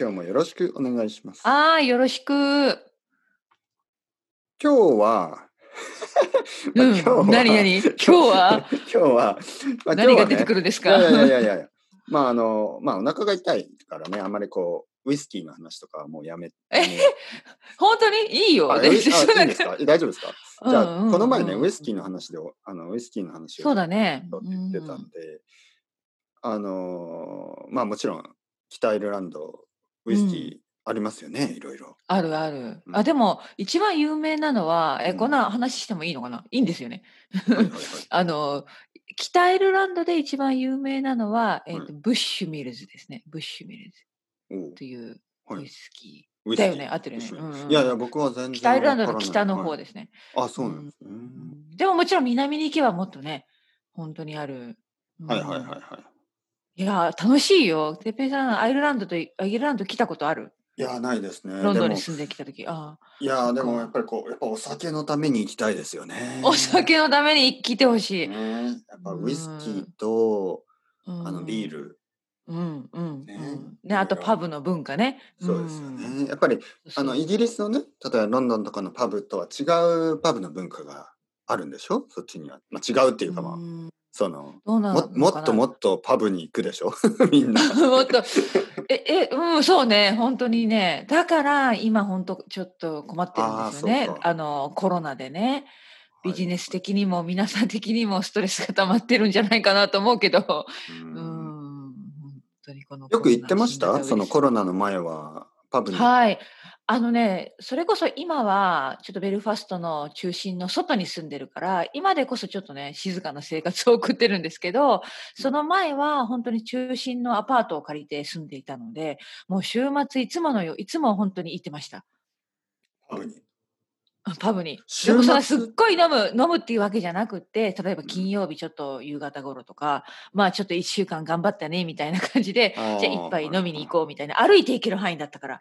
今日もよろしくお願いします。ああ、よろしく。今日 は、まあう ん今日は 何何今日は今日は、まあ何が出てくるるんですいやいやかいやいやいや。まああの、まあお腹が痛いからね、あんまりこう、ウイスキーの話とかはもうやめて。え 本当にいい よ。あえ全ウイ然あいそんないんですかえ大丈夫ですかじゃあ、うんうんうんこの前ね、ウイスキーの話で、あのウイスキーの話をそうだね。って言ってたんで、あのーまあもちろん北アイルランドウイスキーありますよね、いろい ろ。あるある。うんあ、でも、一番有名なのは、え、うんこんな話してもいいのかないいんですよね。はいはいはいあの、北アイルランドで一番有名なのは、えっはと、ブッシュミルズですね。ブッシュミルズおうというはいウイスキウー。イスキだーよね、合ってるよでねすねうんうん。いやいや僕は全然北アイルランドわのからない北の方はいですね。あそうなんですね、うんでももちろん南に行けばもっとね、本当にある。うんはいはいはいはいいやー、楽しいよ。てっぺいさん、アイルランドとい、アイルランド来たことあるいやないですねロンドンでにも住んできた時ああ。いやでもやっぱりこうやっぱお酒のために行きたいですよねお酒のために来てほしい。ねやっぱウイスキーとうんあのビー。ルうんうん、ねうん。ね、あとパブの文化ね。そうですようん。ねやっぱりあのイギリスのね例えばロンドンとかのパブとは違うパブの文化があるんでしょそっちには、まあ、違うってていうかまあ、そのどうなのもかもなっともっとパブに行くでしょ みんな。 もっと、え、え、うん、そうね、本当にね。だから、今本当ちょっと困ってるんですよあーねそう。かあの、コロナでね。ビジネス的、的にも、皆さん的にもストレスが溜まってるんじゃないかなと思うけど。うんうん、本当にこのよく行ってましコロたナそのコロナの前はパブに。はい。あのね、それこそ今は、ちょっとベルファストの中心の外に住んでるから、今でこそちょっとね、静かな生活を送ってるんですけど、その前は本当に中心のアパートを借りて住んでいたので、もう週末いつものよ、いつも本当に行ってました。パブに。あパブに。週でもそれ末すっごい飲む、飲むっていうわけじゃなくって、例えば金曜日ちょっと夕方頃とか、まあちょっと一週間頑張ったね、みたいな感じで、じゃじゃあ一杯飲みに行こうみたいな、歩いて行ける範囲だったから。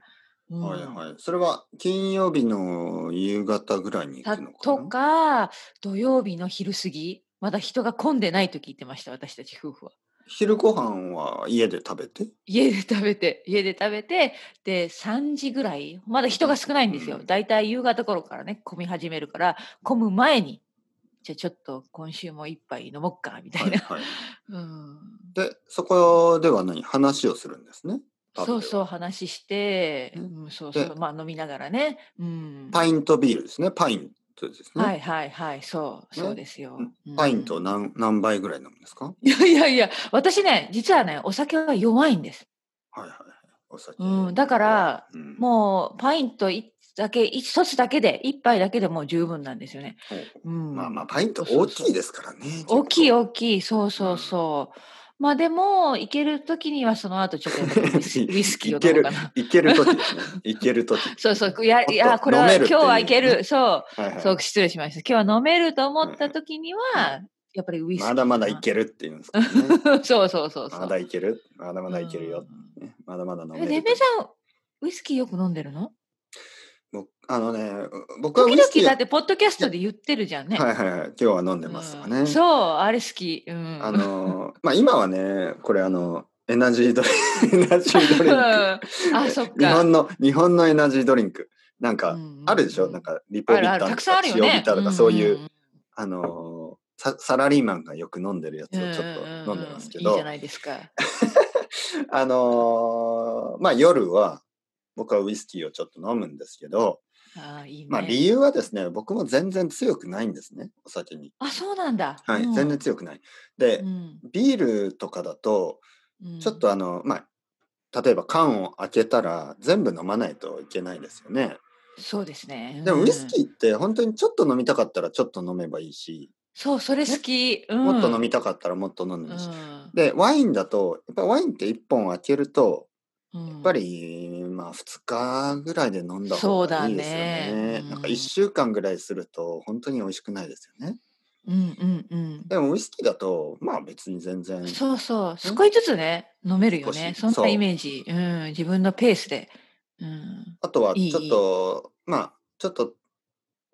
うんはいはい。それは金曜日の夕方ぐらいに行たくのかなとか、土曜日の昼過ぎ、まだ人が混んでない時行ってました、私たち夫婦は。昼ご飯は家で食べて家で食べて、家で食べて、で、3時ぐらい、まだ人が少ないんですよ。うんだいたい夕方頃からね、混み始めるから、混む前に、じゃあちょっと今週も一杯飲もっか、みたはいいな。はい。 うんで、そこでは何話をするんですね。パブではそうそう話して、ねうん、そうそうでまあ飲みながらね、うん、パイントビールですね。パイントですね。はいはいはいそうねそうですよ、うんパイント何何倍ぐらい飲むんですかいやいやいや私ね実はねお酒は弱いんですはいはいはい。お酒。うんだから、うん、もうパイント一だけ一一つだけで一杯だけでもう十分なんですよね、ほううん、まあまあ、パイントそう大そうきいですからね。大きいよ。大きいそうそうそう、まあでも行ける時にはその後ちょっとやっぱり ウイスウイスキーを飲もうかな行ける時ですね。行ける時。そうそういやいやもっとこれは飲める今って日いうはいけるそうはいはい、そう失礼しました今日は飲めると思った時には、はいはやっぱりウイスキーまだまだいけるっていうんですかね。る そうそうそうそうまだいける。まだまだいけるよ。うんねまだまだ飲めえる。レベさんウイスキーよく飲んでるの僕あのね、僕はウ時イスキー々だってポッドキャストで言ってるじゃんね。はいはいはい。今日は飲んでますとかね。うんそう、あれ好き。うん。あのー、まあ今はね、これあの、エナジードリンク、 エナジードリンク。うん あ、そっか。日本の、日本のエナジードリンク。なんか、うんあるでしょなんか、リポビあタるあるーたとくさんかあ、るよ塩ね。ビターとか、そういう、んあのーサ、サラリーマンがよく飲んでるやつをちょっと飲んでますけうんうどんうんいいじゃ、ないですか。あのー、まあ夜は、僕はウイスキーをちょっと飲むんですけど、あーいいね。まあ理由はですね、僕も全然強くないんですね、お酒に。あ、そうなんだ。はい、うん全然強くない。で、うんビールとかだと、うんちょっとあの、まあ、例えば缶を開けたら全部飲まないといけないですよね。そうですね。でもうんウイスキーって本当にちょっと飲みたかったらちょっと飲めばいいし、そう、それ好き。うんもっと飲みたかったらもっと飲んでもいいし。うんで、ワインだと、やっぱワインって1本開けると、うんやっぱり、まあ2日ぐらいで飲んだそ方うだがいねいですよね。うんなんか1週間ぐらいすると本当に美味しくないですよね。うんうんでもウイスキーだと、まあ別に全然うん。そうそう。少しずつね、飲めるよね。そ少んしなイメージ。うん。自分のペースで。うん。あとはいいちょっとまあちょっと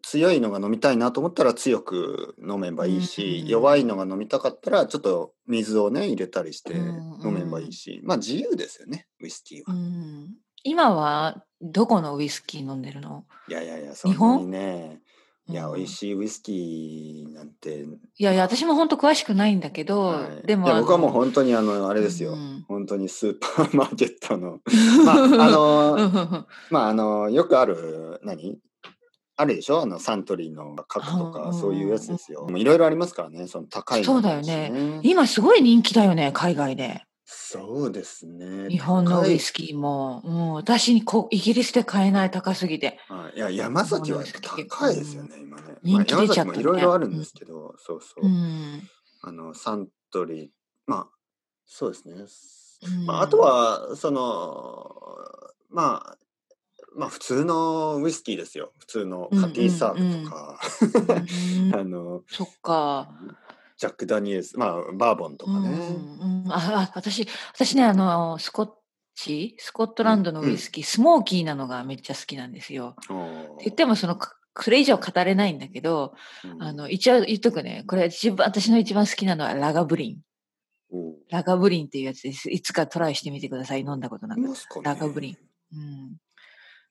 強いのが飲みたいなと思ったら強く飲めばいいし、うん弱いのが飲みたかったらちょっと水をね入れたりしてうん飲めばいいし、まあ自由ですよねウイスキーうは。ん今はどこのウイスキー飲んでるのいやいやいや、そ日んな本にね、いや、美味い。しいウイスキーなんて、いやいや、私も本当詳しくないんだけど、はい、でも。いや僕はあもうの本当にあの、あれですよ。うん本当にスーパーマーケット の、まあ、あのうんうんうんまああのよくある何あるでしょあのサントリーの核とうんうんうかんそういうやつですよ。もういろいろありますからねその高いのそうもだあよるしね。今すごい人気だよね、海外で。そうですね。日本のウイキスキーも。うん、私にこうイギリスで買えない高すぎて。ー。あいや山崎はやっぱ高いですよね今ね。まあ人気出山ち崎ゃったねもいろいろあるんですけど、そうそう。うん。あのサントリーまあそうですね。うんまあ、あと、はそのまあまあ普通のウイスキーですよ普通のカティーサーブとか、う んあのそっか。 ジャック・ダニエルス、まあ、バーボンとかね。うんうん、ああ私私ねあのスコッチスコットランドのウイスキー、スモーキーなのがめっちゃ好きなんですよ。おー言ってもそのかそれ以上語れないんだけどうんあの一応言っとくねこれ一番私の一番好きなのはラガブリンおーラガブリンっていうやつですいつかトライしてみてください飲んだことなくいてますかねラガブリン。うん、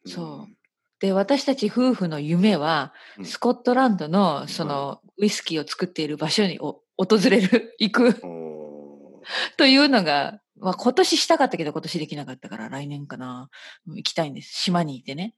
そううで私たち夫婦の夢は、うんスコットランドのその、ウイスキーを作っている場所にお訪れる 行く ん。おーというのが、まあ、今年したかったけど今年できなかったから来年かなうん行きたいんです島にいてね